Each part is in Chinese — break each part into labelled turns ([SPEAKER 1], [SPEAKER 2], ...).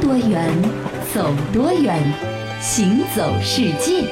[SPEAKER 1] 多远，走多远，行走世界。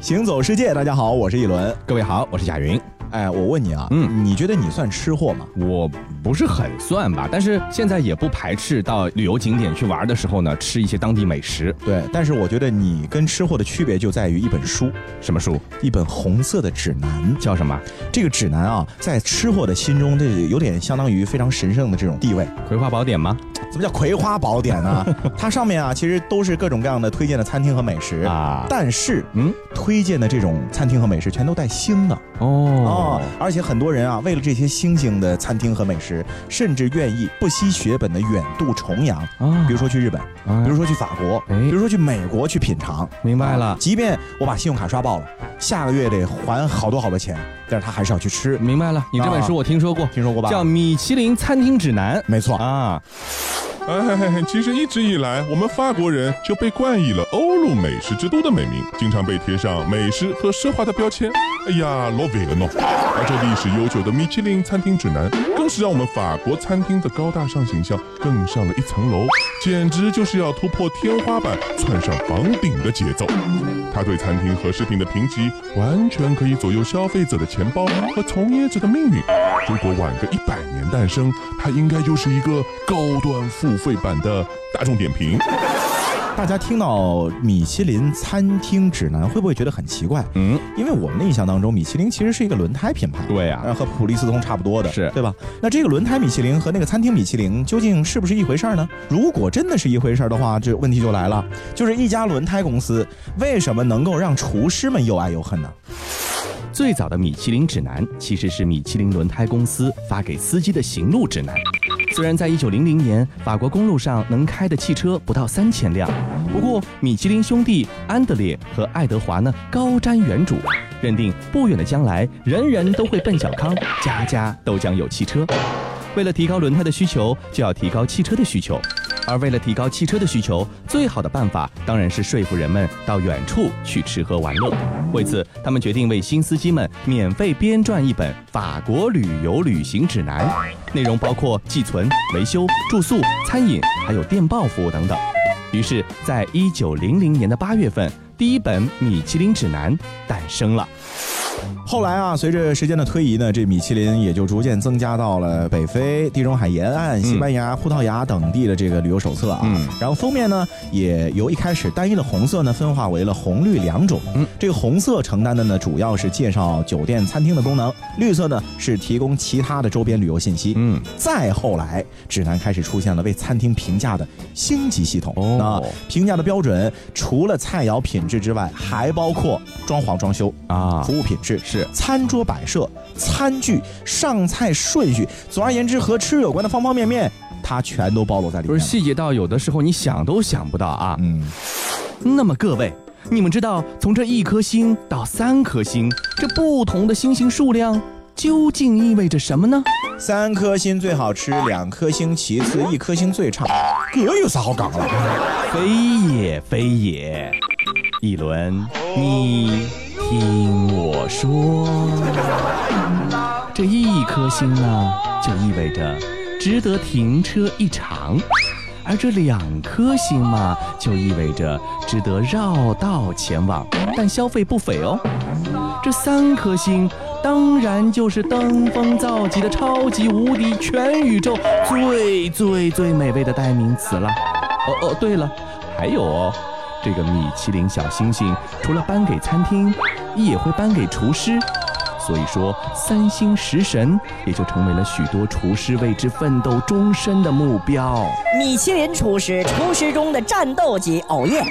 [SPEAKER 2] 行走世界，大家好，我是一轮。
[SPEAKER 3] 各位好，我是贾云。
[SPEAKER 2] 哎，我问你啊，
[SPEAKER 3] 嗯
[SPEAKER 2] 你觉得你算吃货吗？
[SPEAKER 3] 我不是很算吧，但是现在也不排斥到旅游景点去玩的时候呢，吃一些当地美食。
[SPEAKER 2] 对，但是我觉得你跟吃货的区别就在于一本书，
[SPEAKER 3] 什么书？
[SPEAKER 2] 一本红色的指南。
[SPEAKER 3] 叫什么？
[SPEAKER 2] 这个指南啊，在吃货的心中，这有点相当于非常神圣的这种地位。
[SPEAKER 3] 《葵花宝典》吗？
[SPEAKER 2] 怎么叫葵花宝典呢、 它上面啊，其实都是各种各样的推荐的餐厅和美食。
[SPEAKER 3] 啊，
[SPEAKER 2] 但是
[SPEAKER 3] 嗯，
[SPEAKER 2] 推荐的这种餐厅和美食全都带星的
[SPEAKER 3] 哦，
[SPEAKER 2] 而且很多人啊，为了这些星星的餐厅和美食，甚至愿意不惜血本的远渡重洋，
[SPEAKER 3] 啊
[SPEAKER 2] 比如说去日本，
[SPEAKER 3] 哎
[SPEAKER 2] 比如说去法国，
[SPEAKER 3] 哎
[SPEAKER 2] 比如说去美国去品尝。啊
[SPEAKER 3] 明白了，
[SPEAKER 2] 即便我把信用卡刷爆了，下个月得还好多好多钱，但是他还是要去吃。
[SPEAKER 3] 明白了。你这本书我听说过，
[SPEAKER 2] 听说过吧？嗯
[SPEAKER 3] 叫《米其林餐厅指南
[SPEAKER 2] 没》错，
[SPEAKER 3] 啊。
[SPEAKER 4] 哎，其实一直以来，我们法国人就被冠以了欧陆美食之都的美名，经常被贴上美食和奢华的标签。哎呀，love it or no！而这历史悠久的米其林餐厅指南，更是让我们法国餐厅的高大上形象更上了一层楼，简直就是要突破天花板，窜上房顶的节奏。它对餐厅和食品的评级，完全可以左右消费者的钱包和从业者的命运。如果晚个一百年诞生，它应该又是一个高端付费版的大众点评。
[SPEAKER 2] 大家听到米其林餐厅指南会不会觉得很奇怪？
[SPEAKER 3] 嗯，
[SPEAKER 2] 因为我们的印象当中，米其林其实是一个轮胎品牌。
[SPEAKER 3] 对啊，
[SPEAKER 2] 呃，和普利司通差不多的，
[SPEAKER 3] 是
[SPEAKER 2] 对吧？那这个轮胎米其林和那个餐厅米其林究竟是不是一回事儿呢？如果真的是一回事儿的话，这问题就来了，就是一家轮胎公司为什么能够让厨师们又爱又恨呢？
[SPEAKER 3] 最早的米其林指南其实是米其林轮胎公司发给司机的行路指南。虽然在1900年法国公路上能开的汽车不到三千辆，不过米其林兄弟安德烈和爱德华呢高瞻远瞩，认定不远的将来人人都会奔小康，家家都将有汽车。为了提高轮胎的需求，就要提高汽车的需求。而为了提高汽车的需求，最好的办法当然是说服人们到远处去吃喝玩乐。为此，他们决定为新司机们免费编撰一本法国旅游旅行指南，内容包括寄存、维修、住宿、餐饮，还有电报服务等等。于是，在一九零零年的八月份，第一本米其林指南诞生了。
[SPEAKER 2] 后来啊，随着时间的推移呢，这米其林也就逐渐增加到了北非、地中海沿岸、西班牙、葡萄牙等地的这个旅游手册啊。
[SPEAKER 3] 嗯
[SPEAKER 2] 然后封面呢，也由一开始单一的红色呢，分化为了红绿两种。
[SPEAKER 3] 嗯
[SPEAKER 2] 这个红色承担的呢，主要是介绍酒店、餐厅的功能；绿色呢，是提供其他的周边旅游信息。
[SPEAKER 3] 嗯，
[SPEAKER 2] 再后来，指南开始出现了为餐厅评价的星级系统。
[SPEAKER 3] 哦
[SPEAKER 2] 那评价的标准除了菜肴品质之外，还包括装潢装修、
[SPEAKER 3] 啊
[SPEAKER 2] 服，务品质、
[SPEAKER 3] 是
[SPEAKER 2] 餐桌摆设、餐具、上菜顺序，总而言之，和吃有关的方方面面，它全都包罗在里
[SPEAKER 3] 不
[SPEAKER 2] 面
[SPEAKER 3] 是
[SPEAKER 2] 了。
[SPEAKER 3] 细节到有的时候你想都想不到啊。
[SPEAKER 2] 嗯，
[SPEAKER 3] 那么各位，你们知道从这一颗星到三颗星，这不同的星星数量究竟意味着什么呢？
[SPEAKER 2] 三颗星最好吃，两颗星其次，一颗星最差。这有啥好讲的了？
[SPEAKER 3] 非也非也，一轮，你听我说，这一颗星呢，就意味着值得停车一场；而这两颗星嘛，就意味着值得绕道前往，但消费不菲哦。这三颗星当然就是登峰造极的超级无敌全宇宙最最最美味的代名词了。哦哦，对了，还有哦，这个米其林小星星除了颁给餐厅，也会颁给厨师。所以说，三星食神也就成为了许多厨师为之奋斗终身的目标。
[SPEAKER 5] 米其林厨师，厨师中的战斗级，哦耶！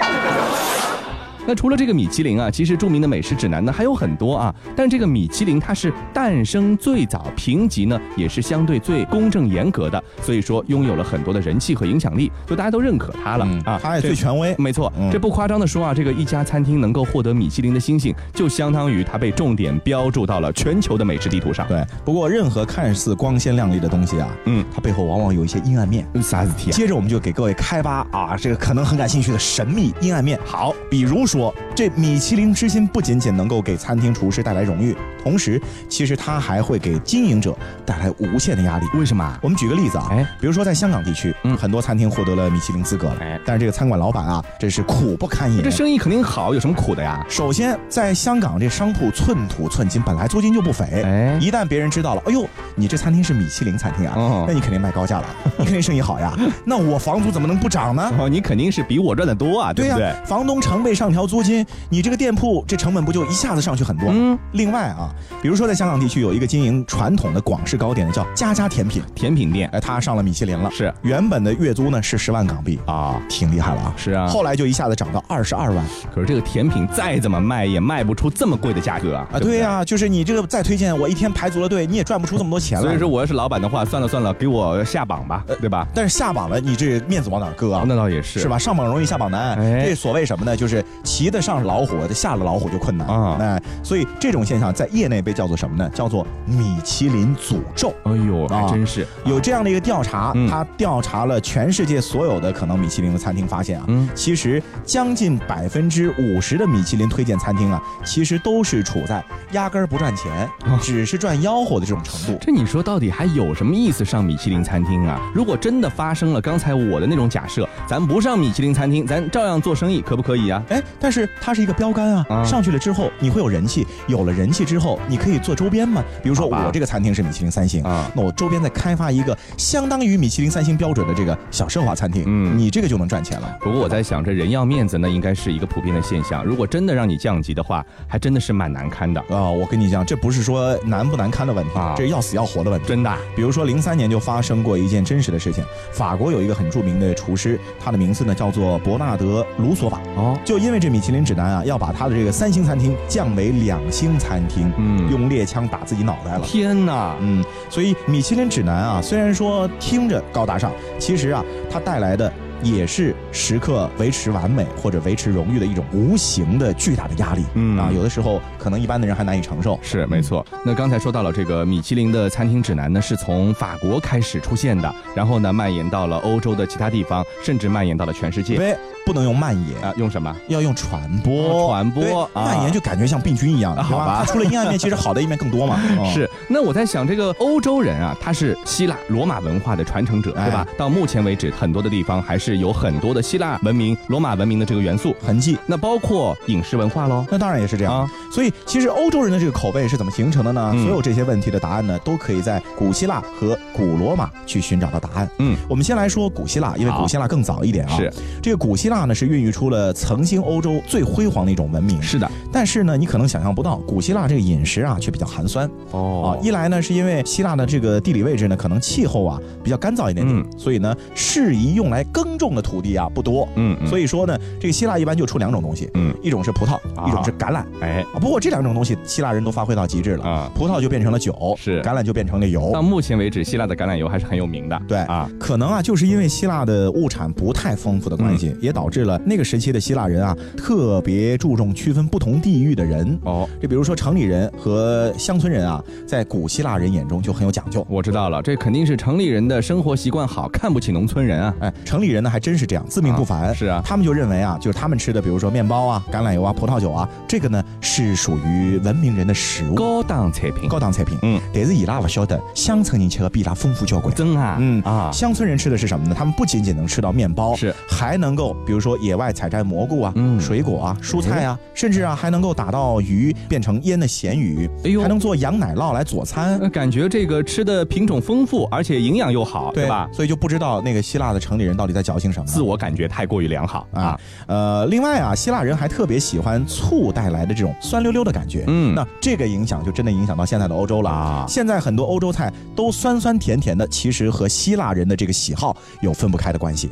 [SPEAKER 3] 那除了这个米其林啊，其实著名的美食指南呢还有很多啊，但这个米其林它是诞生最早，评级呢也是相对最公正严格的，所以说拥有了很多的人气和影响力，就大家都认可它了、啊。
[SPEAKER 2] 嗯它也
[SPEAKER 3] 这
[SPEAKER 2] 最权威。
[SPEAKER 3] 没错
[SPEAKER 2] 嗯，
[SPEAKER 3] 这不夸张的说啊，这个一家餐厅能够获得米其林的星星，就相当于它被重点标注到了全球的美食地图上。
[SPEAKER 2] 对，不过任何看似光鲜亮丽的东西啊，
[SPEAKER 3] 嗯，
[SPEAKER 2] 它背后往往有一些阴暗面。
[SPEAKER 3] 啥子题？
[SPEAKER 2] 接着我们就给各位开挖啊，这个可能很感兴趣的神秘阴暗面。好，比如说，这米其林之星不仅仅能够给餐厅厨师带来荣誉，同时其实它还会给经营者带来无限的压力。
[SPEAKER 3] 为什么啊？
[SPEAKER 2] 我们举个例子啊，
[SPEAKER 3] 哎
[SPEAKER 2] 比如说在香港地区，
[SPEAKER 3] 嗯
[SPEAKER 2] 很多餐厅获得了米其林资格了，
[SPEAKER 3] 哎
[SPEAKER 2] 但是这个餐馆老板啊，真是苦不堪言。
[SPEAKER 3] 这生意肯定好，有什么苦的呀？
[SPEAKER 2] 首先，在香港这商铺寸土寸金，本来租金就不菲，
[SPEAKER 3] 哎
[SPEAKER 2] 一旦别人知道了，哎呦，你这餐厅是米其林餐厅啊，
[SPEAKER 3] 哦
[SPEAKER 2] 那你肯定卖高价了，你肯定生意好 呀，那我房租怎么能不涨呢？
[SPEAKER 3] 哦，你肯定是比我赚的多啊，
[SPEAKER 2] 对
[SPEAKER 3] 不
[SPEAKER 2] 呀、
[SPEAKER 3] 对？
[SPEAKER 2] 房东成倍上调租金，你这个店铺这成本不就一下子上去很多？
[SPEAKER 3] 嗯，
[SPEAKER 2] 另外啊，比如说在香港地区有一个经营传统的广式糕点的叫家家甜品，
[SPEAKER 3] 甜品店
[SPEAKER 2] 哎，它上了米其林了，
[SPEAKER 3] 是
[SPEAKER 2] 原本的月租呢是十万港币，
[SPEAKER 3] 啊，
[SPEAKER 2] 挺厉害了啊。
[SPEAKER 3] 是啊。
[SPEAKER 2] 后来就一下子涨到二十二万啊
[SPEAKER 3] 可是这个甜品再怎么卖也卖不出这么贵的价格啊
[SPEAKER 2] 啊！对呀、、就是你这个再推荐，我一天排足了队，你也赚不出这么多钱
[SPEAKER 3] 不
[SPEAKER 2] 来。
[SPEAKER 3] 所以说，我要是老板的话，算了算了，给我下榜吧，对吧？
[SPEAKER 2] 但是下榜了，你这面子往哪儿搁啊？
[SPEAKER 3] 呃那倒也是，
[SPEAKER 2] 是？吧？上榜容易下榜难，
[SPEAKER 3] 哎
[SPEAKER 2] 这所谓什么呢？就是骑得上老虎，这下了老虎就困难
[SPEAKER 3] 啊
[SPEAKER 2] 那所以这种现象在业内被叫做什么呢？叫做米其林诅咒。
[SPEAKER 3] 哎呦，还
[SPEAKER 2] 啊
[SPEAKER 3] 真是
[SPEAKER 2] 有这样的一个调查
[SPEAKER 3] 嗯，
[SPEAKER 2] 他调查了全世界所有的可能米其林的餐厅，发现啊
[SPEAKER 3] 嗯，
[SPEAKER 2] 其实将近百分之五十的米其林推荐餐厅啊，其实都是处在压根儿不赚钱
[SPEAKER 3] 啊，
[SPEAKER 2] 只是赚吆喝的这种程度。
[SPEAKER 3] 这你说到底还有什么意思上米其林餐厅啊？如果真的发生了刚才我的那种假设，咱不上米其林餐厅，咱照样做生意，可不可以啊？
[SPEAKER 2] 哎，但是它是一个标杆啊，
[SPEAKER 3] 啊
[SPEAKER 2] 上去了之后你会有人气，有了人气之后，你可以做周边嘛，比如说
[SPEAKER 3] 好吧
[SPEAKER 2] 我这个餐厅是米其林三星。
[SPEAKER 3] 啊，
[SPEAKER 2] 那我周边再开发一个相当于米其林三星标准的这个小奢华餐厅，
[SPEAKER 3] 嗯
[SPEAKER 2] 你这个就能赚钱了。
[SPEAKER 3] 不过我在想，这人要面子，那应该是一个普遍的现象。如果真的让你降级的话，还真的是蛮难堪的，
[SPEAKER 2] 啊、我跟你讲，这不是说难不难堪的问题，
[SPEAKER 3] 啊
[SPEAKER 2] 这是要死要活的问题。
[SPEAKER 3] 真的啊。
[SPEAKER 2] 比如说，零三年就发生过一件真实的事情。法国有一个很著名的厨师，他的名字呢叫做伯纳德·卢索瓦。
[SPEAKER 3] 哦，
[SPEAKER 2] 就因为这米其林指南啊，要把他的这个三星餐厅降为两星餐厅，
[SPEAKER 3] 嗯
[SPEAKER 2] 用猎枪打自己脑袋了。
[SPEAKER 3] 天哪！
[SPEAKER 2] 嗯，所以米其林指南啊，虽然说听着高大上，其实啊，它带来的也是时刻维持完美或者维持荣誉的一种无形的巨大的压力。
[SPEAKER 3] 嗯
[SPEAKER 2] 啊，有的时候可能一般的人还难以承受。
[SPEAKER 3] 是没错。那刚才说到了这个米其林的餐厅指南呢，是从法国开始出现的，然后呢蔓延到了欧洲的其他地方，甚至蔓延到了全世界。
[SPEAKER 2] 对，不能用蔓延。
[SPEAKER 3] 啊，用什么？
[SPEAKER 2] 要用传
[SPEAKER 3] 哦
[SPEAKER 2] 播，
[SPEAKER 3] 传播
[SPEAKER 2] 对
[SPEAKER 3] 啊
[SPEAKER 2] 蔓延就感觉像病菌一 样，对
[SPEAKER 3] 啊好吧
[SPEAKER 2] 它除了阴暗面，其实好的一面更 多嘛。嗯，
[SPEAKER 3] 是，那我在想，这个欧洲人啊，他是希腊罗马文化的传承者，对吧？到目前为止，很多的地方还是有很多的希腊文明、罗马文明的这个元素，
[SPEAKER 2] 痕迹。
[SPEAKER 3] 那包括饮食文化喽。
[SPEAKER 2] 那当然也是这样，
[SPEAKER 3] 啊
[SPEAKER 2] 所以其实欧洲人的这个口味是怎么形成的呢？
[SPEAKER 3] 嗯
[SPEAKER 2] 所有这些问题的答案呢，都可以在古希腊和古罗马去寻找到答案。
[SPEAKER 3] 嗯，
[SPEAKER 2] 我们先来说古希腊，因为
[SPEAKER 3] 好
[SPEAKER 2] 古希腊更早一点啊。
[SPEAKER 3] 是
[SPEAKER 2] 这个古希腊呢，是孕育出了曾经欧洲最辉煌的一种文明。
[SPEAKER 3] 是的，
[SPEAKER 2] 但是呢，你可能想象不到，古希腊这个饮食啊，却比较寒酸。啊
[SPEAKER 3] 哦，
[SPEAKER 2] 一来呢，是因为希腊的这个地理位置呢，可能气候啊比较干燥一点
[SPEAKER 3] 嗯
[SPEAKER 2] 点，所以呢，适宜用来耕种的土地啊不多。
[SPEAKER 3] 嗯，
[SPEAKER 2] 所
[SPEAKER 3] 以
[SPEAKER 2] 以说呢，这个希腊一般就出两种东西，
[SPEAKER 3] 嗯，
[SPEAKER 2] 一种是葡萄，
[SPEAKER 3] 啊
[SPEAKER 2] 一种是橄榄。
[SPEAKER 3] 哎
[SPEAKER 2] 啊不过这两种东西，希腊人都发挥到极致了，
[SPEAKER 3] 啊，
[SPEAKER 2] 葡萄就变成了酒，
[SPEAKER 3] 是
[SPEAKER 2] 橄榄就变成了
[SPEAKER 3] 到
[SPEAKER 2] 油。
[SPEAKER 3] 目前为止，希腊的橄榄油还是很有名的。
[SPEAKER 2] 对
[SPEAKER 3] 啊，
[SPEAKER 2] 可能啊，就是因为希腊的物产不太丰富的关
[SPEAKER 3] 嗯
[SPEAKER 2] 系，也导致了那个时期的希腊人啊，特别注重区分不同地域的人。
[SPEAKER 3] 哦，
[SPEAKER 2] 这比如说城里人和乡村人啊，在古希腊人眼中就很有讲究。
[SPEAKER 3] 我知道了，这肯定是城里人的生活习惯好，看不起农村人啊。
[SPEAKER 2] 哎，城里人呢还真是这样，自命不凡。
[SPEAKER 3] 啊是啊
[SPEAKER 2] 他们就认为啊，就是他们吃的，比如说面包啊、橄榄油啊、葡萄酒啊，这个呢是属于文明人的食物，
[SPEAKER 3] 高档菜品，
[SPEAKER 2] 哦高档菜品。
[SPEAKER 3] 嗯，
[SPEAKER 2] 但是伊拉不晓得，乡村人吃的比伊拉丰富交关。
[SPEAKER 3] 增啊，
[SPEAKER 2] 嗯
[SPEAKER 3] 啊，
[SPEAKER 2] 乡村人吃的是什么呢？他们不仅仅能吃到面包，
[SPEAKER 3] 是
[SPEAKER 2] 还能够，比如说野外采摘蘑菇啊、
[SPEAKER 3] 嗯
[SPEAKER 2] 水果啊、蔬菜啊，甚至啊还能够打到鱼变成腌的咸鱼，
[SPEAKER 3] 哎呦
[SPEAKER 2] 还能做羊奶酪来佐餐。
[SPEAKER 3] 呃感觉这个吃的品种丰富，而且营养又好，对吧？
[SPEAKER 2] 所以就不知道那个希腊的城里人到底在矫情什么。
[SPEAKER 3] 自我感觉太过于良好啊
[SPEAKER 2] 啊。呃，另外啊，希腊人还特别喜欢醋带来的这种酸溜溜的感觉。
[SPEAKER 3] 嗯
[SPEAKER 2] 那这个影响就真的影响到现在的欧洲了
[SPEAKER 3] 啊
[SPEAKER 2] 现在很多欧洲菜都酸酸甜甜的，其实和希腊人的这个喜好有分不开的关系。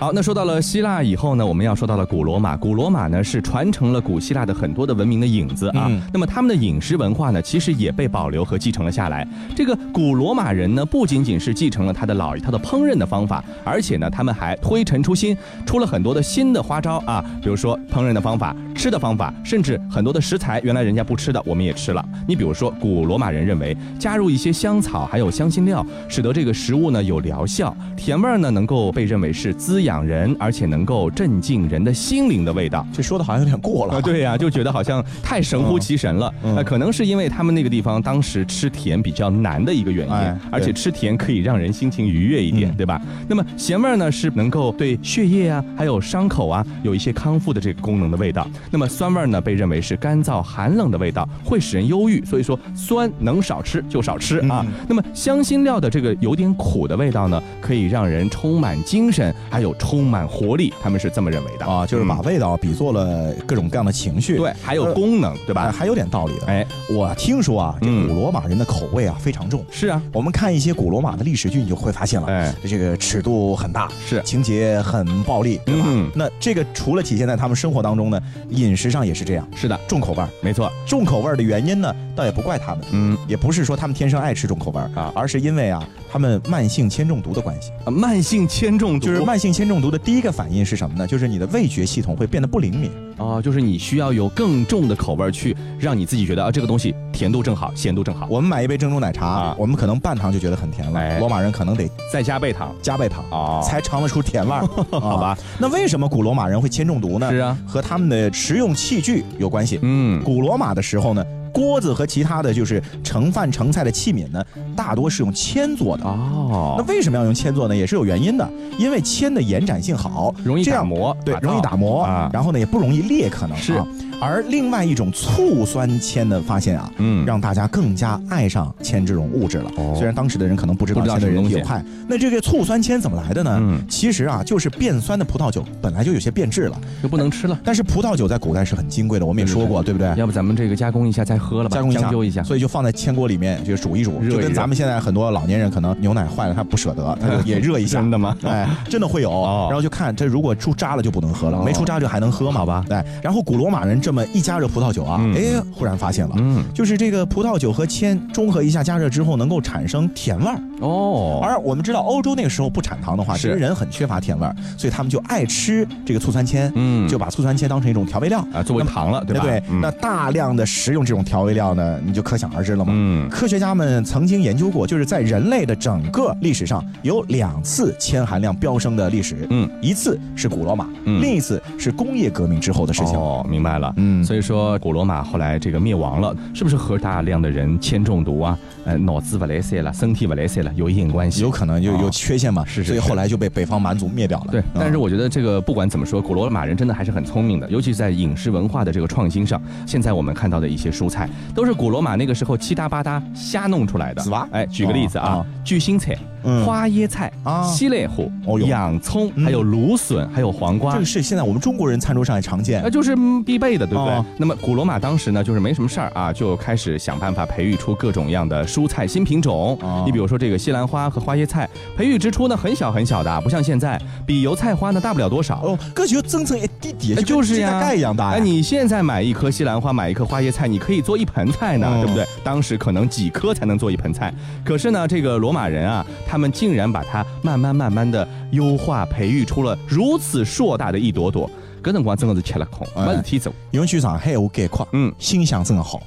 [SPEAKER 3] 好，那说到了希腊以后呢，我们要说到了古罗马。古罗马呢是传承了古希腊的很多的文明的影子啊。
[SPEAKER 2] 嗯
[SPEAKER 3] 那么他们的饮食文化呢，其实也被保留和继承了下来。这个古罗马人呢，不仅仅是继承了他的老一套的烹饪的方法，而且呢，他们还推陈出新，出了很多的新的花招啊，比如说烹饪的方法、吃的方法，甚至很多的食材原来人家不吃的，我们也吃了。你比如说，古罗马人认为加入一些香草还有香辛料，使得这个食物呢有疗效，甜味儿呢能够被认为是滋滋养人，而且能够镇静人的心灵的味道。
[SPEAKER 2] 这说的好像有点过了
[SPEAKER 3] 啊，。对呀、就 觉得好像太神乎其神了。那、
[SPEAKER 2] 嗯嗯
[SPEAKER 3] 可能是因为他们那个地方当时吃甜比较难的一个原因，
[SPEAKER 2] 哎
[SPEAKER 3] 而且
[SPEAKER 2] 对
[SPEAKER 3] 吃甜可以让人心情愉悦一点，
[SPEAKER 2] 嗯
[SPEAKER 3] 对吧？那么咸味儿呢，是能够对血液啊，还有伤口啊，有一些康复的这个功能的味道。那么酸味儿呢，被认为是干燥寒冷的味道，会使人忧郁，所以说酸能少吃就少吃啊。
[SPEAKER 2] 嗯
[SPEAKER 3] 那么香辛料的这个有点苦的味道呢，可以让人充满精神，还有充满活力，他们是这么认为的
[SPEAKER 2] 啊，就是把
[SPEAKER 3] 嗯
[SPEAKER 2] 味道比作了各种各样的情绪，
[SPEAKER 3] 对，还有功能，对
[SPEAKER 2] 哎
[SPEAKER 3] 吧？
[SPEAKER 2] 还有点道理的。
[SPEAKER 3] 哎，
[SPEAKER 2] 我听说啊，这
[SPEAKER 3] 嗯
[SPEAKER 2] 古罗马人的口味啊非常重。
[SPEAKER 3] 是啊，
[SPEAKER 2] 我们看一些古罗马的历史剧，你就会发现了，
[SPEAKER 3] 哎
[SPEAKER 2] 这个尺度很大，
[SPEAKER 3] 是
[SPEAKER 2] 情节很暴力，对吧？
[SPEAKER 3] 嗯
[SPEAKER 2] 那这个除了体现在他们生活当中呢，饮食上也是这样，
[SPEAKER 3] 是的，
[SPEAKER 2] 重口味儿。
[SPEAKER 3] 没错，
[SPEAKER 2] 重口味儿的原因呢，倒也不怪他们，
[SPEAKER 3] 嗯，
[SPEAKER 2] 也不是说他们天生爱吃重口味儿
[SPEAKER 3] 啊
[SPEAKER 2] 而是因为啊，他们慢性铅中毒的关系。
[SPEAKER 3] 啊慢性铅中毒
[SPEAKER 2] 就是慢性铅中毒的第一个反应是什么呢？就是你的味觉系统会变得不灵敏。
[SPEAKER 3] 啊、就是你需要有更重的口味儿去让你自己觉得啊，这个东西甜度正好，咸度正好，我
[SPEAKER 2] 我们买一杯珍珠奶茶，
[SPEAKER 3] 啊
[SPEAKER 2] 我们可能半糖就觉得很甜了，
[SPEAKER 3] 哎
[SPEAKER 2] 罗马人可能得
[SPEAKER 3] 再加倍糖。
[SPEAKER 2] 加倍糖、
[SPEAKER 3] 哦
[SPEAKER 2] 才尝得出甜 味儿，好
[SPEAKER 3] 吧？
[SPEAKER 2] 那为什么古罗马人会铅中毒呢？
[SPEAKER 3] 是啊，
[SPEAKER 2] 和他们的食用器具有关系。
[SPEAKER 3] 嗯，
[SPEAKER 2] 古罗马的时候呢，锅子和其他的就是盛饭盛菜的器皿呢，大多是用铅做的。那
[SPEAKER 3] 哦，
[SPEAKER 2] 为什么要用铅做呢？也是有原因的，因为铅的延展性好，
[SPEAKER 3] 容易
[SPEAKER 2] 这
[SPEAKER 3] 打
[SPEAKER 2] 样
[SPEAKER 3] 磨，
[SPEAKER 2] 对，容易
[SPEAKER 3] 造
[SPEAKER 2] 打磨，
[SPEAKER 3] 啊
[SPEAKER 2] 然后呢也不容易裂，可能
[SPEAKER 3] 是
[SPEAKER 2] 啊。而另外一种醋酸铅的发现啊，
[SPEAKER 3] 嗯，
[SPEAKER 2] 让大家更加爱上铅这种物质了。
[SPEAKER 3] 哦
[SPEAKER 2] 虽然当时的人可能不知道
[SPEAKER 3] 不知道
[SPEAKER 2] 铅对
[SPEAKER 3] 什么
[SPEAKER 2] 人体
[SPEAKER 3] 东
[SPEAKER 2] 有
[SPEAKER 3] 西
[SPEAKER 2] 害，那这个醋酸铅怎么来的呢？
[SPEAKER 3] 嗯
[SPEAKER 2] 其实啊，就是变酸的葡萄酒本来就有些变质了，
[SPEAKER 3] 就不能吃了，
[SPEAKER 2] 但是葡萄酒在古代是很金贵的，我们也说过，对不对？
[SPEAKER 3] 要不咱们这个加工一下再喝了
[SPEAKER 2] 哎
[SPEAKER 3] 吧，
[SPEAKER 2] 加工一下，
[SPEAKER 3] 究一下，
[SPEAKER 2] 所以就放在铅锅里面，就煮一煮，
[SPEAKER 3] 热一
[SPEAKER 2] 就跟
[SPEAKER 3] 热
[SPEAKER 2] 咱们现在很多老年人可能牛奶坏了他不舍 得，他就也热一下
[SPEAKER 3] 真。的吗？
[SPEAKER 2] 哎，真的会有，
[SPEAKER 3] 哦
[SPEAKER 2] 然后就看这如果出渣了就不能喝了，
[SPEAKER 3] 哦
[SPEAKER 2] 没出渣就还能喝嘛，好吧？哎，然后古罗马人这么一加热葡萄酒啊，
[SPEAKER 3] 嗯
[SPEAKER 2] 哎，忽然发现了，
[SPEAKER 3] 嗯，
[SPEAKER 2] 就是这个葡萄酒和铅中和一下加热之后能够产生甜味儿，
[SPEAKER 3] 哦，
[SPEAKER 2] 而我们知道欧洲那个时候不产糖的话，其
[SPEAKER 3] 是
[SPEAKER 2] 实人很缺乏甜味儿，所以他们就爱吃这个醋酸铅，
[SPEAKER 3] 嗯，
[SPEAKER 2] 就把醋酸铅当成一种调味料，
[SPEAKER 3] 啊作为
[SPEAKER 2] 那么
[SPEAKER 3] 糖了，对吧？
[SPEAKER 2] 对，
[SPEAKER 3] 嗯
[SPEAKER 2] 那大量的食用这种调味料呢，你就可想而知了嘛。
[SPEAKER 3] 嗯，
[SPEAKER 2] 科学家们曾经研究过，就是在人类的整个历史上有两次铅含量飙升的历史，
[SPEAKER 3] 嗯，
[SPEAKER 2] 一次是古罗马，
[SPEAKER 3] 嗯
[SPEAKER 2] 另一次是工业革命之后的事情。
[SPEAKER 3] 哦，明白了。
[SPEAKER 2] 嗯
[SPEAKER 3] 所以说古罗马后来这个灭亡了，是不是和大量的人铅中毒啊，呃，脑子不来塞了，身体不来塞了有一定关系？
[SPEAKER 2] 有可能有有缺陷嘛，
[SPEAKER 3] 啊是是
[SPEAKER 2] 所以
[SPEAKER 3] 是
[SPEAKER 2] 后来就被北方蛮族灭掉了。
[SPEAKER 3] 对
[SPEAKER 2] 嗯，
[SPEAKER 3] 但是我觉得这个不管怎么说，古罗马人真的还是很聪明的，尤其在饮食文化的这个创新上。现在我们看到的一些蔬菜，都是古罗马那个时候七搭八搭瞎弄出来的
[SPEAKER 2] 是吧。
[SPEAKER 3] 哎，举个例子啊
[SPEAKER 2] 哦，
[SPEAKER 3] 巨心菜、
[SPEAKER 2] 嗯
[SPEAKER 3] 花椰菜
[SPEAKER 2] 啊
[SPEAKER 3] 西列胡
[SPEAKER 2] 哦、哟
[SPEAKER 3] 洋葱，
[SPEAKER 2] 嗯
[SPEAKER 3] 还有芦笋，还有黄瓜
[SPEAKER 2] 这个。是现在我们中国人餐桌上也常见
[SPEAKER 3] 那。就是嗯必备的，对不对
[SPEAKER 2] 哦？
[SPEAKER 3] 那么古罗马当时呢，就是没什么事儿啊，就开始想办法培育出各种样的蔬菜新品种
[SPEAKER 2] 哦。
[SPEAKER 3] 你比如说这个西兰花和花椰菜，培育之初呢很小很小的，不像现在，比油菜花呢大不了多少。
[SPEAKER 2] 哦，个就增成一滴滴，
[SPEAKER 3] 哎
[SPEAKER 2] 跟
[SPEAKER 3] 就是
[SPEAKER 2] 指
[SPEAKER 3] 呀
[SPEAKER 2] 甲盖一样大
[SPEAKER 3] 哎，
[SPEAKER 2] 呀。
[SPEAKER 3] 你现在买一颗西兰花，买一颗花椰菜，你可以做一盆菜呢，
[SPEAKER 2] 嗯
[SPEAKER 3] 对不对？当时可能几颗才能做一盆菜，可是呢，这个罗马人啊，他们竟然把它慢慢慢慢的优化，培育出了如此硕大的一朵朵。搿辰光真的是吃了空，
[SPEAKER 2] 哎
[SPEAKER 3] 没事体做。
[SPEAKER 2] 园区上还有概括，
[SPEAKER 3] 嗯
[SPEAKER 2] 心想真好。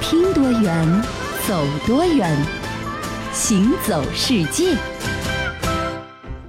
[SPEAKER 1] 拼多远，走多远，行走世界。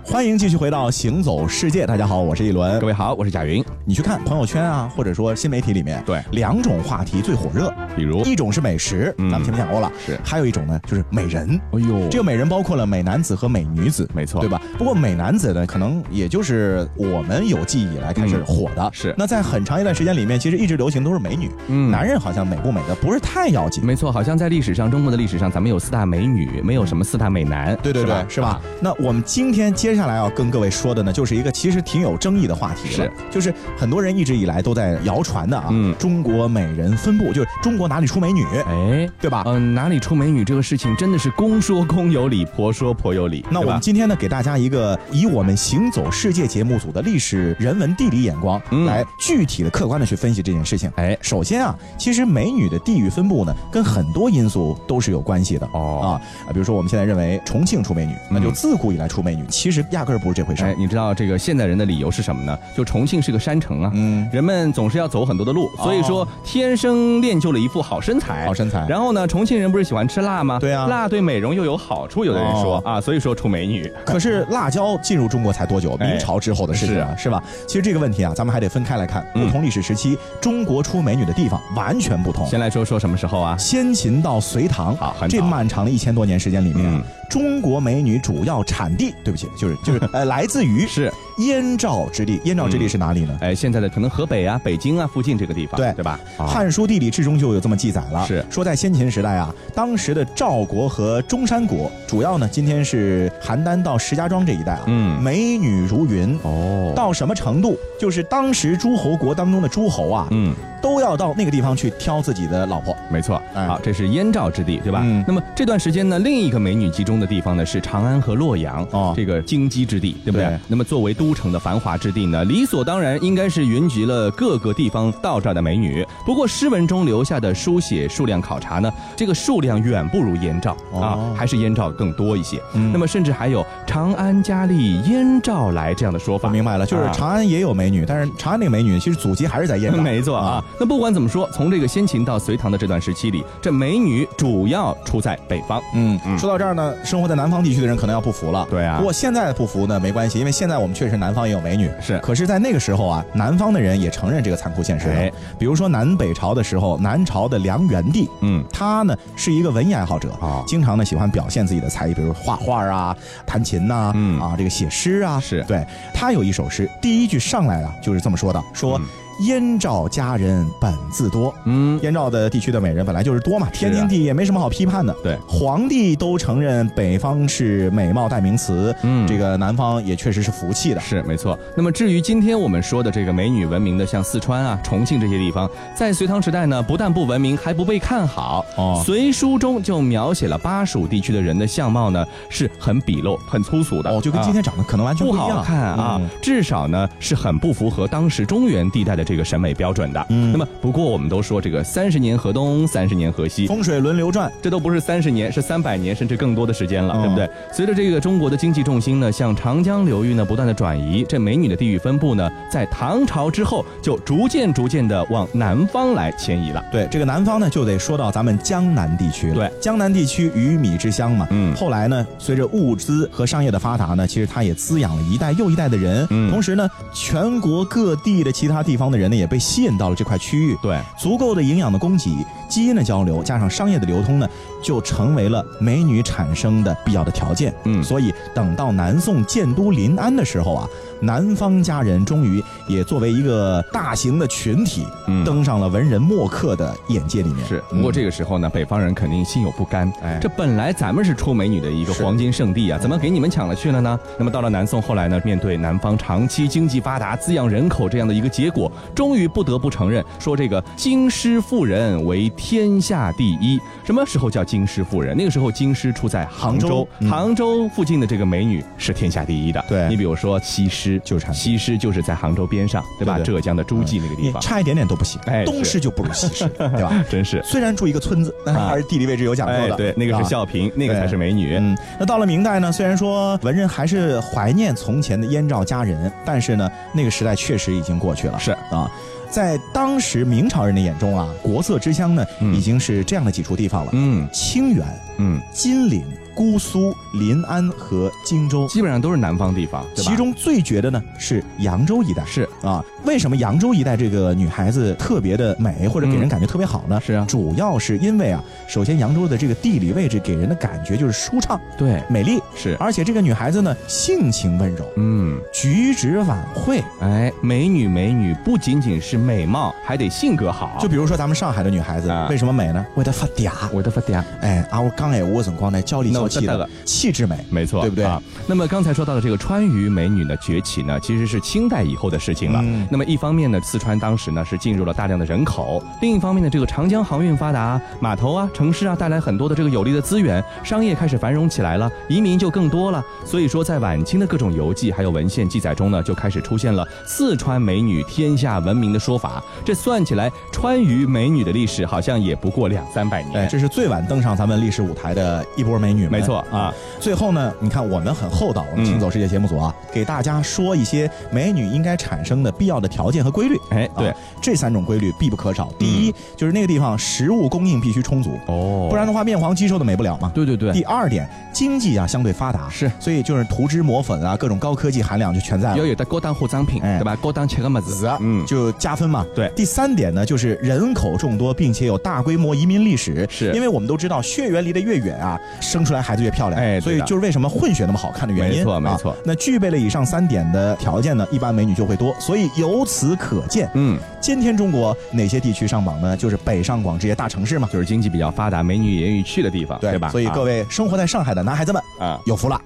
[SPEAKER 2] 欢迎继续回到《行走世界》，大家好，我是一轮
[SPEAKER 3] 各。位好，我是贾云。
[SPEAKER 2] 你去看朋友圈啊，或者说新媒体里面，
[SPEAKER 3] 对
[SPEAKER 2] 两种话题最火热，
[SPEAKER 3] 比如，
[SPEAKER 2] 一种是美食，
[SPEAKER 3] 嗯
[SPEAKER 2] 咱们前面讲过了，
[SPEAKER 3] 是
[SPEAKER 2] 还有一种呢就是美人。
[SPEAKER 3] 哎呦，
[SPEAKER 2] 这个美人包括了美男子和美女子，
[SPEAKER 3] 没错
[SPEAKER 2] 对吧？不过美男子呢，可能也就是我们有记忆以来开始
[SPEAKER 3] 嗯
[SPEAKER 2] 火的。
[SPEAKER 3] 是
[SPEAKER 2] 那在很长一段时间里面，其实一直流行都是美女，
[SPEAKER 3] 嗯
[SPEAKER 2] 男人好像美不美的不是太要紧。
[SPEAKER 3] 没错，好像在历史上，中国的历史上，咱们有四大美女，没有什么四大美男，
[SPEAKER 2] 对对对，
[SPEAKER 3] 吧
[SPEAKER 2] 是吧？？那我们今天接下来要跟各位说的呢，就是一个其实挺有争议的话题了，
[SPEAKER 3] 是
[SPEAKER 2] 就是很多人一直以来都在谣传的啊，
[SPEAKER 3] 嗯
[SPEAKER 2] 中国美人分布，就是中国哪里出美女，
[SPEAKER 3] 哎，
[SPEAKER 2] 对吧？
[SPEAKER 3] 嗯、哪里出美女这个事情真的是公说公有理，婆说婆有理。
[SPEAKER 2] 那
[SPEAKER 3] 对
[SPEAKER 2] 我
[SPEAKER 3] 吧
[SPEAKER 2] 们今天呢，给大家一个以我们行走世界节目组的历史、人文、地理眼光，
[SPEAKER 3] 嗯
[SPEAKER 2] 来具体的、客观的去分析这件事情。
[SPEAKER 3] 哎
[SPEAKER 2] 首先啊，其实美女的地域分布呢，跟很多因素都是有关系的。
[SPEAKER 3] 哦
[SPEAKER 2] 啊啊，比如说我们现在认为重庆出美女，那就
[SPEAKER 3] 嗯
[SPEAKER 2] 自古以来出美女，其实压根儿不是这回事
[SPEAKER 3] 哎
[SPEAKER 2] 儿，。
[SPEAKER 3] 你知道这个现代人的理由是什么呢？就重庆是个山城啊，
[SPEAKER 2] 嗯，哦
[SPEAKER 3] 人们总是要走很多的路，所以说天生练就了一副好身材。
[SPEAKER 2] 好身材。
[SPEAKER 3] 然后呢，重庆人不是喜欢吃辣吗？
[SPEAKER 2] 对啊
[SPEAKER 3] 辣对美容又有好处，有的人说、
[SPEAKER 2] 哦
[SPEAKER 3] 啊，所以说出美女。
[SPEAKER 2] 可是辣椒进入中国才多久？
[SPEAKER 3] 哎
[SPEAKER 2] 明朝之后的事情啊，是吧？其实这个问题啊，咱们还得分开来看。
[SPEAKER 3] 嗯
[SPEAKER 2] 不同历史时期，中国出美女的地方完全不同。
[SPEAKER 3] 先来说说什么时候啊？
[SPEAKER 2] 先秦到隋唐，
[SPEAKER 3] 好很早
[SPEAKER 2] 这漫长的一千多年时间里面啊
[SPEAKER 3] 嗯，
[SPEAKER 2] 中国美女主要产地，对不起，就是就是 呃，来自于
[SPEAKER 3] 是，
[SPEAKER 2] 燕赵之地。燕赵之地是哪里呢？
[SPEAKER 3] 哎，现在的可能河北啊、北京啊附近这个地方，
[SPEAKER 2] 对
[SPEAKER 3] 对吧？啊
[SPEAKER 2] 《汉书·地理志》中就有这么记载了，
[SPEAKER 3] 是
[SPEAKER 2] 说在先秦时代啊，当时的赵国和中山国，主要呢今天是邯郸到石家庄这一带啊，
[SPEAKER 3] 嗯
[SPEAKER 2] 美女如云。
[SPEAKER 3] 哦，
[SPEAKER 2] 到什么程度？就是当时诸侯国当中的诸侯啊，
[SPEAKER 3] 嗯，
[SPEAKER 2] 都要到那个地方去挑自己的老婆。
[SPEAKER 3] 没错，
[SPEAKER 2] 哎
[SPEAKER 3] 好，这是燕赵之地，对吧？
[SPEAKER 2] 嗯
[SPEAKER 3] 那么这段时间呢，另一个美女集中的地方呢是长安和洛阳，
[SPEAKER 2] 哦
[SPEAKER 3] 这个京畿之地，对不对？
[SPEAKER 2] 对
[SPEAKER 3] 那么作为都城的繁华之地呢，理所当然应该是云集了各个地方到这儿的美女。不过诗文中留下的书写数量考察呢，这个数量远不如燕赵、
[SPEAKER 2] 哦
[SPEAKER 3] 啊，还是燕赵更多一些。
[SPEAKER 2] 嗯
[SPEAKER 3] 那么甚至还有长安佳丽燕赵来这样的说
[SPEAKER 2] 我
[SPEAKER 3] 法。
[SPEAKER 2] 明白了，就是
[SPEAKER 3] 啊
[SPEAKER 2] 长安也有美女，但是长安那个美女其实祖籍还是在燕赵。
[SPEAKER 3] 没错啊，那不管怎么说，从这个先秦到隋唐的这段时期里，这美女主要出在北方。
[SPEAKER 2] 嗯，说到这儿呢，生活在南方地区的人可能要不服了。
[SPEAKER 3] 对啊
[SPEAKER 2] 不过现在的不服呢没关系，因为现在我们确实南方也有美女。
[SPEAKER 3] 是
[SPEAKER 2] 可是，在那个时候啊，南方的人也承认这个残酷现实了。
[SPEAKER 3] 哎
[SPEAKER 2] 比如说南北朝的时候，南朝的梁元帝，
[SPEAKER 3] 嗯，
[SPEAKER 2] 他呢是一个文艺爱好者，
[SPEAKER 3] 哦
[SPEAKER 2] 经常呢喜欢表现自己的才艺，比如画画啊、弹琴呐、啊，
[SPEAKER 3] 嗯
[SPEAKER 2] 这个写诗啊，
[SPEAKER 3] 是
[SPEAKER 2] 对。他有一首诗，第一句上来啊就是这么说的：说、燕赵佳人本自多。
[SPEAKER 3] 嗯，
[SPEAKER 2] 燕赵的地区的美人本来就是多嘛，天经地义，也没什么好批判的。
[SPEAKER 3] 对
[SPEAKER 2] 皇帝都承认北方是美貌代名词，
[SPEAKER 3] 嗯
[SPEAKER 2] 这个南方也确实是福气的。
[SPEAKER 3] 是没错。那么至于今天我们说的这个美女闻名的，像四川啊、重庆这些地方，在隋唐时代呢，不但不文明，还不被看好。
[SPEAKER 2] 哦
[SPEAKER 3] 隋书中就描写了巴蜀地区的人的相貌呢，是很鄙陋、很粗俗的，
[SPEAKER 2] 哦，就跟
[SPEAKER 3] 啊
[SPEAKER 2] 今天长得可能完全
[SPEAKER 3] 不
[SPEAKER 2] 一
[SPEAKER 3] 好
[SPEAKER 2] 样。
[SPEAKER 3] 看啊，
[SPEAKER 2] 嗯
[SPEAKER 3] 至少呢是很不符合当时中原地带的这个审美标准的。
[SPEAKER 2] 嗯
[SPEAKER 3] 那么不过我们都说这个三十年河东，三十年河西，
[SPEAKER 2] 风水轮流转，
[SPEAKER 3] 这都不是三十年，是三百年甚至更多的时间了，
[SPEAKER 2] 嗯
[SPEAKER 3] 对不对？随着这个中国的经济重心呢向长江流域呢不断的转移，这美女的地域分布呢在唐朝之后就逐渐逐渐的往南方来迁移了。
[SPEAKER 2] 对这个南方呢，就得说到咱们江南地区了。
[SPEAKER 3] 对，
[SPEAKER 2] 江南地区鱼米之乡嘛。
[SPEAKER 3] 嗯
[SPEAKER 2] 后来呢，随着物资和商业的发达呢，其实它也滋养了一代又一代的人。
[SPEAKER 3] 嗯
[SPEAKER 2] 同时呢，全国各地的其他地方的人呢，也被吸引到了这块区域。
[SPEAKER 3] 对，
[SPEAKER 2] 足够的营养的供给、基因的交流，加上商业的流通呢，就成为了美女产生的必要的条件。
[SPEAKER 3] 嗯
[SPEAKER 2] 所以等到南宋建都临安的时候啊，南方佳人终于也作为一个大型的群体，
[SPEAKER 3] 嗯
[SPEAKER 2] 登上了文人墨客的眼界里面。
[SPEAKER 3] 是，不过这个时候呢，北方人肯定心有不甘。
[SPEAKER 2] 嗯哎嗯
[SPEAKER 3] 这本来咱们是出美女的一个
[SPEAKER 2] 是
[SPEAKER 3] 黄金圣地啊，怎么给你们抢了去了呢？那么到了南宋后来呢，面对南方长期经济发达、滋养人口这样的一个结果，终于不得不承认说这个京师妇人为天下第一。什么时候叫京师妇人？那个时候京师处在杭
[SPEAKER 2] 杭
[SPEAKER 3] 州
[SPEAKER 2] 州，嗯
[SPEAKER 3] 杭州附近的这个美女是天下第一的。
[SPEAKER 2] 对
[SPEAKER 3] 你比如说西施，
[SPEAKER 2] 就是她
[SPEAKER 3] 西施就是在杭州边上，对吧？
[SPEAKER 2] 对对嗯
[SPEAKER 3] 浙江的诸暨那个地
[SPEAKER 2] 你
[SPEAKER 3] 方，
[SPEAKER 2] 差一点点都不行，
[SPEAKER 3] 哎
[SPEAKER 2] 东
[SPEAKER 3] 是
[SPEAKER 2] 施就不如西施，对吧？
[SPEAKER 3] 真是。
[SPEAKER 2] 虽然住一个村子，但是还是地理位置有讲究的。
[SPEAKER 3] 啊哎对，那个
[SPEAKER 2] 啊
[SPEAKER 3] 是孝平，那个才是美女。
[SPEAKER 2] 嗯，那到了明代呢，虽然说文人还是怀念从前的燕赵佳人，但是呢，那个时代确实已经过去了。
[SPEAKER 3] 是
[SPEAKER 2] 啊，在当时明朝人的眼中啊，国色之香呢，
[SPEAKER 3] 嗯
[SPEAKER 2] 已经是这样的几处地方了：
[SPEAKER 3] 嗯
[SPEAKER 2] 清远、
[SPEAKER 3] 嗯，
[SPEAKER 2] 金陵、姑苏、临安和荆州。
[SPEAKER 3] 基本上都是南方地方，对吧？
[SPEAKER 2] 其中最绝的呢是扬州一带，
[SPEAKER 3] 是
[SPEAKER 2] 啊，为什么扬州一带这个女孩子特别的美，或者给
[SPEAKER 3] 嗯
[SPEAKER 2] 人感觉特别好呢？
[SPEAKER 3] 是啊
[SPEAKER 2] 主要是因为啊，首先扬州的这个地理位置给人的感觉就是舒畅、
[SPEAKER 3] 对，
[SPEAKER 2] 美丽，
[SPEAKER 3] 是
[SPEAKER 2] 而且这个女孩子呢，性情温柔，
[SPEAKER 3] 嗯，
[SPEAKER 2] 举止婉慧。
[SPEAKER 3] 哎，美女美女不仅仅是美貌，还得性格好。
[SPEAKER 2] 就比如说咱们上海的女孩子
[SPEAKER 3] 啊，
[SPEAKER 2] 为什么美呢？为她发嗲，
[SPEAKER 3] 我的发嗲，
[SPEAKER 2] 哎，啊，我刚哎，我辰光呢，娇里
[SPEAKER 3] 那
[SPEAKER 2] 娇
[SPEAKER 3] 我
[SPEAKER 2] 气
[SPEAKER 3] 知道
[SPEAKER 2] 的
[SPEAKER 3] 了，
[SPEAKER 2] 气质美。
[SPEAKER 3] 没错，
[SPEAKER 2] 对不对
[SPEAKER 3] 啊？那么刚才说到的这个川渝美女的崛起呢，其实是清代以后的事情了。
[SPEAKER 2] 嗯
[SPEAKER 3] 那么一方面呢，四川当时呢是进入了大量的人口；另一方面呢，这个长江航运发达，码头啊、城市啊带来很多的这个有利的资源，商业开始繁荣起来了，移民就更多了。所以说，在晚清的各种游记还有文献记载中呢，就开始出现了“四川美女天下闻名”的说法。这算起来，川渝美女的历史好像也不过两三百年。
[SPEAKER 2] 哎哎，这是最晚登上咱们历史舞台的一波美女明白
[SPEAKER 3] 没错啊。
[SPEAKER 2] 最后呢，你看我们很厚道，我们
[SPEAKER 3] 嗯
[SPEAKER 2] 行走世界节目组啊，给大家说一些美女应该产生的必要的条件和规律。
[SPEAKER 3] 哎，对
[SPEAKER 2] 啊，这三种规律必不可少。第
[SPEAKER 3] 嗯
[SPEAKER 2] 一，就是那个地方食物供应必须充足，
[SPEAKER 3] 哦
[SPEAKER 2] 不然的话面黄肌瘦的美不了嘛。
[SPEAKER 3] 对对对，
[SPEAKER 2] 第二点，经济啊相对发达，
[SPEAKER 3] 是
[SPEAKER 2] 所以就是涂脂抹粉啊，各种高科技含量就全在
[SPEAKER 3] 要
[SPEAKER 2] 了。
[SPEAKER 3] 有得高档化妆品，
[SPEAKER 2] 啊哎
[SPEAKER 3] 对吧？高档吃个么子，嗯
[SPEAKER 2] 嗯，，就加分嘛。
[SPEAKER 3] 对
[SPEAKER 2] 第三点呢，就是人口众多，并且有大规模移民历史。
[SPEAKER 3] 是
[SPEAKER 2] 因为我们都知道，血缘离得越远啊，生出来孩子越漂亮。
[SPEAKER 3] 哎对的
[SPEAKER 2] 所以就是为什么混血那么好看的原因。
[SPEAKER 3] 没错没
[SPEAKER 2] 啊
[SPEAKER 3] 错
[SPEAKER 2] 那具备了以上三点的条件呢，一般美女就会多。所以由此可见，
[SPEAKER 3] 嗯，
[SPEAKER 2] 今天中国哪些地区上榜呢？就是北上广这些大城市嘛。
[SPEAKER 3] 就是经济比较发达，美女也愿意去的地方，对吧？
[SPEAKER 2] 所以各位生活在上海的男孩子们
[SPEAKER 3] 啊啊，
[SPEAKER 2] 有福了。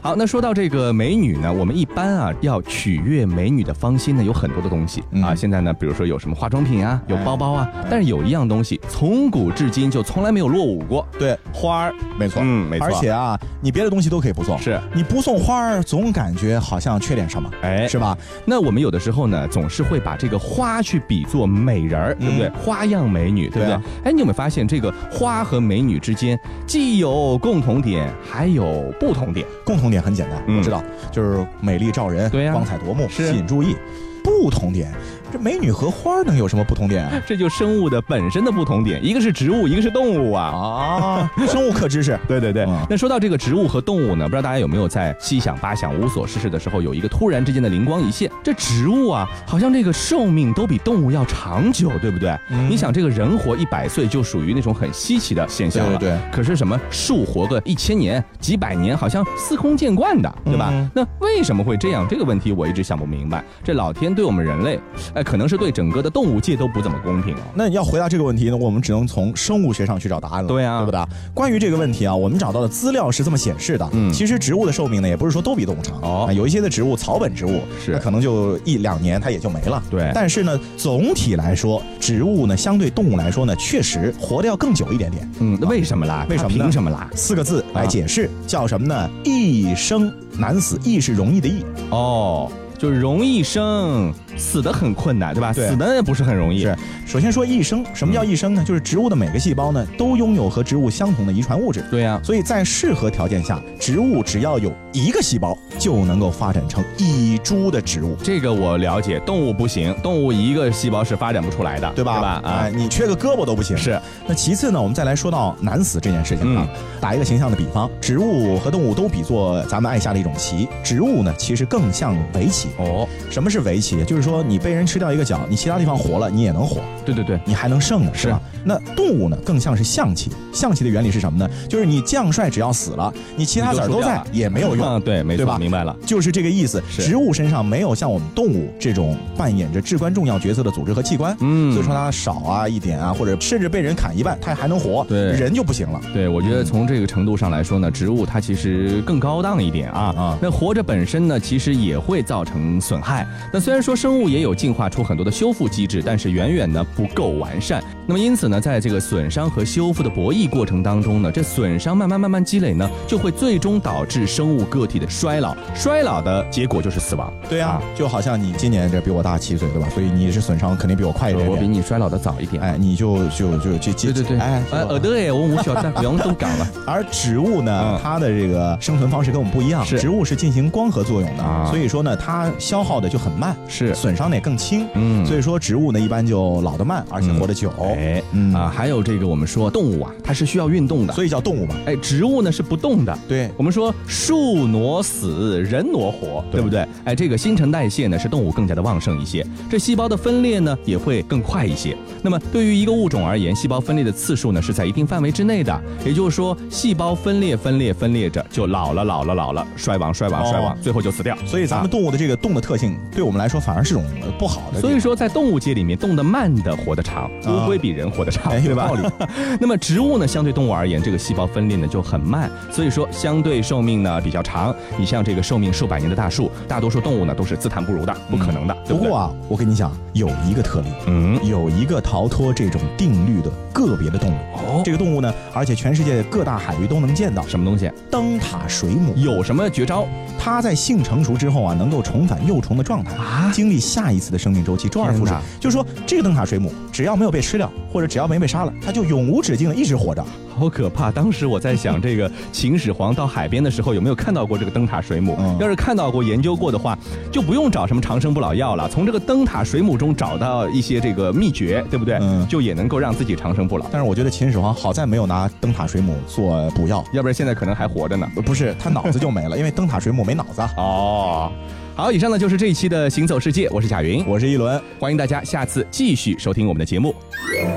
[SPEAKER 3] 好，那说到这个美女呢，我们一般啊要取悦美女的芳心呢，有很多的东西、
[SPEAKER 2] 嗯哎
[SPEAKER 3] 啊。现在呢，比如说有什么化妆品啊，有包包啊，但是有一样东西从古至今就从来没有落伍过，
[SPEAKER 2] 对，
[SPEAKER 3] 花儿。
[SPEAKER 2] 没错，
[SPEAKER 3] 嗯没错
[SPEAKER 2] 而且啊，你别的东西都可以不送，
[SPEAKER 3] 是
[SPEAKER 2] 你不送花儿，总感觉好像缺点什么，
[SPEAKER 3] 哎
[SPEAKER 2] 是吧？
[SPEAKER 3] 那我们有的时候呢，总是会把这个花去比作美人儿，对不对？花样美女，对不对？
[SPEAKER 2] 对啊
[SPEAKER 3] 哎，你有没有发现这个花和美女之间既有共同点，还有不同点？
[SPEAKER 2] 共同点很简单，
[SPEAKER 3] 嗯
[SPEAKER 2] 我知道，就是美丽照人，
[SPEAKER 3] 对呀啊
[SPEAKER 2] 光彩夺目，
[SPEAKER 3] 是
[SPEAKER 2] 吸引注意。不同点，这美女和花儿能有什么不同点啊？
[SPEAKER 3] 这就生物的本身的不同点，一个是植物，一个是动物啊。
[SPEAKER 2] 啊，生物课知识，
[SPEAKER 3] 对对对
[SPEAKER 2] 嗯，
[SPEAKER 3] 那说到这个植物和动物呢，不知道大家有没有在七想八想无所事事的时候，有一个突然之间的灵光一现，这植物啊，好像这个寿命都比动物要长久，对不对？
[SPEAKER 2] 嗯
[SPEAKER 3] 你想这个人活一百岁就属于那种很稀奇的现象了，
[SPEAKER 2] 对对对
[SPEAKER 3] 可是什么树活个一千年、几百年，好像司空见惯的，对吧？
[SPEAKER 2] 嗯
[SPEAKER 3] 那为什么会这样？这个问题我一直想不明白。这老天对我们人类，哎，可能是对整个的动物界都不怎么公平哦。
[SPEAKER 2] 那要回答这个问题呢，我们只能从生物学上去找答案了，
[SPEAKER 3] 对啊
[SPEAKER 2] 对不对？关于这个问题啊，我们找到的资料是这么显示的，
[SPEAKER 3] 嗯
[SPEAKER 2] 其实植物的寿命呢，也不是说都比动物长，
[SPEAKER 3] 哦
[SPEAKER 2] 啊有一些的植物，草本植物，
[SPEAKER 3] 是
[SPEAKER 2] 那可能就一两年它也就没了，
[SPEAKER 3] 对
[SPEAKER 2] 但是呢，总体来说，植物呢，相对动物来说呢，确实活得要更久一点点。
[SPEAKER 3] 嗯，那为什么啦？
[SPEAKER 2] 为什么
[SPEAKER 3] 它
[SPEAKER 2] 呢
[SPEAKER 3] 凭什么啦？
[SPEAKER 2] 四个字
[SPEAKER 3] 啊
[SPEAKER 2] 来解释，叫什么呢？易生难死，易是容易的易，
[SPEAKER 3] 哦，就是容易生，死的很困难，对吧？
[SPEAKER 2] 对
[SPEAKER 3] 死的也不是很容易。
[SPEAKER 2] 是，首先说一生，什
[SPEAKER 3] 嗯
[SPEAKER 2] 么叫一生呢？就是植物的每个细胞呢，都拥有和植物相同的遗传物质。
[SPEAKER 3] 对呀、
[SPEAKER 2] 所以在适合条件下，植物只要有一个细胞，就能够发展成一株的植物，
[SPEAKER 3] 这个我了解，动物不行，动物一个细胞是发展不出来的，
[SPEAKER 2] 对吧？
[SPEAKER 3] 对吧？啊
[SPEAKER 2] 哎，，你缺个胳膊都不行。
[SPEAKER 3] 是。
[SPEAKER 2] 那其次呢，我们再来说到难死这件事情啊。打一个形象的比
[SPEAKER 3] 嗯
[SPEAKER 2] 方，植物和动物都比作咱们爱下的一种棋，植物呢其实更像围棋。
[SPEAKER 3] 哦，
[SPEAKER 2] 什么是围棋？就是说你被人吃掉一个脚，你其他地方活了，你也能活。
[SPEAKER 3] 对对对，
[SPEAKER 2] 你还能胜呢，
[SPEAKER 3] 是
[SPEAKER 2] 是吧？那动物呢，更像是象棋。象棋的原理是什么呢？就是你将帅只要死了，你其他子儿都在
[SPEAKER 3] 你就输掉了
[SPEAKER 2] 也没有用
[SPEAKER 3] 嗯，。对，没
[SPEAKER 2] 对
[SPEAKER 3] 错，
[SPEAKER 2] 吧
[SPEAKER 3] 明白了。
[SPEAKER 2] 就是这个意思。
[SPEAKER 3] 是
[SPEAKER 2] 植物身上没有像我们动物这种扮演着至关重要角色的组织和器官，
[SPEAKER 3] 嗯
[SPEAKER 2] 所以说它少啊一点啊，或者甚至被人砍一半，它还能活。
[SPEAKER 3] 对
[SPEAKER 2] 人就不行了。
[SPEAKER 3] 对，我觉得从这个程度上来说呢，植物它其实更高档一点嗯啊。
[SPEAKER 2] 啊
[SPEAKER 3] 那活着本身呢，其实也会造成损害。那虽然说生物也有进化出很多的修复机制，但是远远呢不够完善。那么因此呢，在这个损伤和修复的博弈过程当中呢，这损伤慢慢慢慢积累呢，就会最终导致生物个体的衰老。衰老的结果就是死亡。
[SPEAKER 2] 对啊
[SPEAKER 3] 啊，
[SPEAKER 2] 就好像你今年这比我大七岁，对吧？所以你是损伤肯定比我快一点
[SPEAKER 3] 我比
[SPEAKER 2] 点。
[SPEAKER 3] 你衰老的早一点。
[SPEAKER 2] 哎，你就就就就
[SPEAKER 3] 对
[SPEAKER 2] 就
[SPEAKER 3] 对对，
[SPEAKER 2] 哎，
[SPEAKER 3] 哎，呃，对，我我小蛋不用动岗了。
[SPEAKER 2] 而植物呢，
[SPEAKER 3] 嗯
[SPEAKER 2] 它的这个生存方式跟我们不一样，
[SPEAKER 3] 是
[SPEAKER 2] 植物是进行光合作用的，
[SPEAKER 3] 啊
[SPEAKER 2] 所以说呢，它消耗的就很慢，
[SPEAKER 3] 是
[SPEAKER 2] 损伤的也更轻。
[SPEAKER 3] 嗯
[SPEAKER 2] 所以说植物呢，一般就老得慢，而且活得久，
[SPEAKER 3] 哎，
[SPEAKER 2] 嗯
[SPEAKER 3] 啊，还有这个我们说动物啊，它是需要运动的，
[SPEAKER 2] 所以叫动物嘛。
[SPEAKER 3] 哎，植物呢是不动的。
[SPEAKER 2] 对，
[SPEAKER 3] 我们说树挪死，人挪活，对不对？哎，这个新陈代谢呢是动物更加的旺盛一些，这细胞的分裂呢也会更快一些。那么对于一个物种而言，细胞分裂的次数呢是在一定范围之内的，也就是说，细胞分裂、分裂、分裂着就老了、老了、老了，衰亡、衰亡、衰亡，
[SPEAKER 2] 哦
[SPEAKER 3] 最后就死掉。
[SPEAKER 2] 所以咱们动物的这个动的特性，对我们来说反而是种呃不好的。
[SPEAKER 3] 所以，说，在动物界里面，动得慢的活得长，乌
[SPEAKER 2] 啊
[SPEAKER 3] 龟比人活得长，
[SPEAKER 2] 哎，
[SPEAKER 3] 对
[SPEAKER 2] 有
[SPEAKER 3] 吧？
[SPEAKER 2] 道理。
[SPEAKER 3] 那么植物呢，相对动物而言，这个细胞分裂呢就很慢，所以说相对寿命呢比较长。你像这个寿命数百年的大树，大多数动物呢都是自叹不如的，不可能的。对
[SPEAKER 2] 不
[SPEAKER 3] 不对
[SPEAKER 2] 过，啊，我跟你讲，有一个特例，
[SPEAKER 3] 嗯，
[SPEAKER 2] 有一个逃脱这种定律的个别的动物。
[SPEAKER 3] 哦，
[SPEAKER 2] 这个动物呢，而且全世界各大海域都能见到，
[SPEAKER 3] 什么东西？
[SPEAKER 2] 灯塔水母。
[SPEAKER 3] 有什么绝招
[SPEAKER 2] 它在性成熟之后啊，能够重返幼虫的状态，
[SPEAKER 3] 啊
[SPEAKER 2] 经历计下一次的生命周期，周而复始
[SPEAKER 3] 天哪。
[SPEAKER 2] 就是说，这个灯塔水母只要没有被吃掉，或者只要没被杀了，它就永无止境的一直活着。
[SPEAKER 3] 好可怕！当时我在想，这个秦始皇到海边的时候有没有看到过这个灯塔水母？
[SPEAKER 2] 嗯
[SPEAKER 3] 要是看到过、研究过的话，就不用找什么长生不老药了，从这个灯塔水母中找到一些这个秘诀，对不对？
[SPEAKER 2] 嗯
[SPEAKER 3] 就也能够让自己长生不老。
[SPEAKER 2] 但是我觉得秦始皇好在没有拿灯塔水母做补药，
[SPEAKER 3] 要不然现在可能还活着呢。
[SPEAKER 2] 呃不是他脑子就没了，因为灯塔水母没脑子啊。
[SPEAKER 3] 哦，好，以上呢就是这一期的《行走世界》，我是贾云，
[SPEAKER 2] 我是一轮，
[SPEAKER 3] 欢迎大家下次继续收听我们的节目。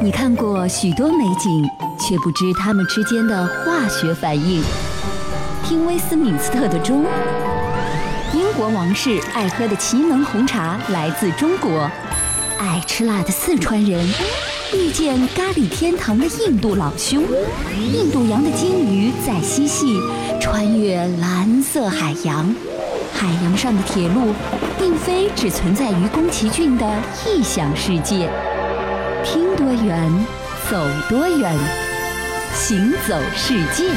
[SPEAKER 1] 你看过许多美景，却不知它们之间的化学反应。听威斯敏斯特的钟，英国王室爱喝的奇能红茶来自中国，爱吃辣的四川人遇见咖喱天堂的印度老兄，印度洋的鲸鱼在嬉戏，穿越蓝色海洋。海洋上的铁路，并非只存在于宫崎骏的异想世界。听多远，走多远，行走世界。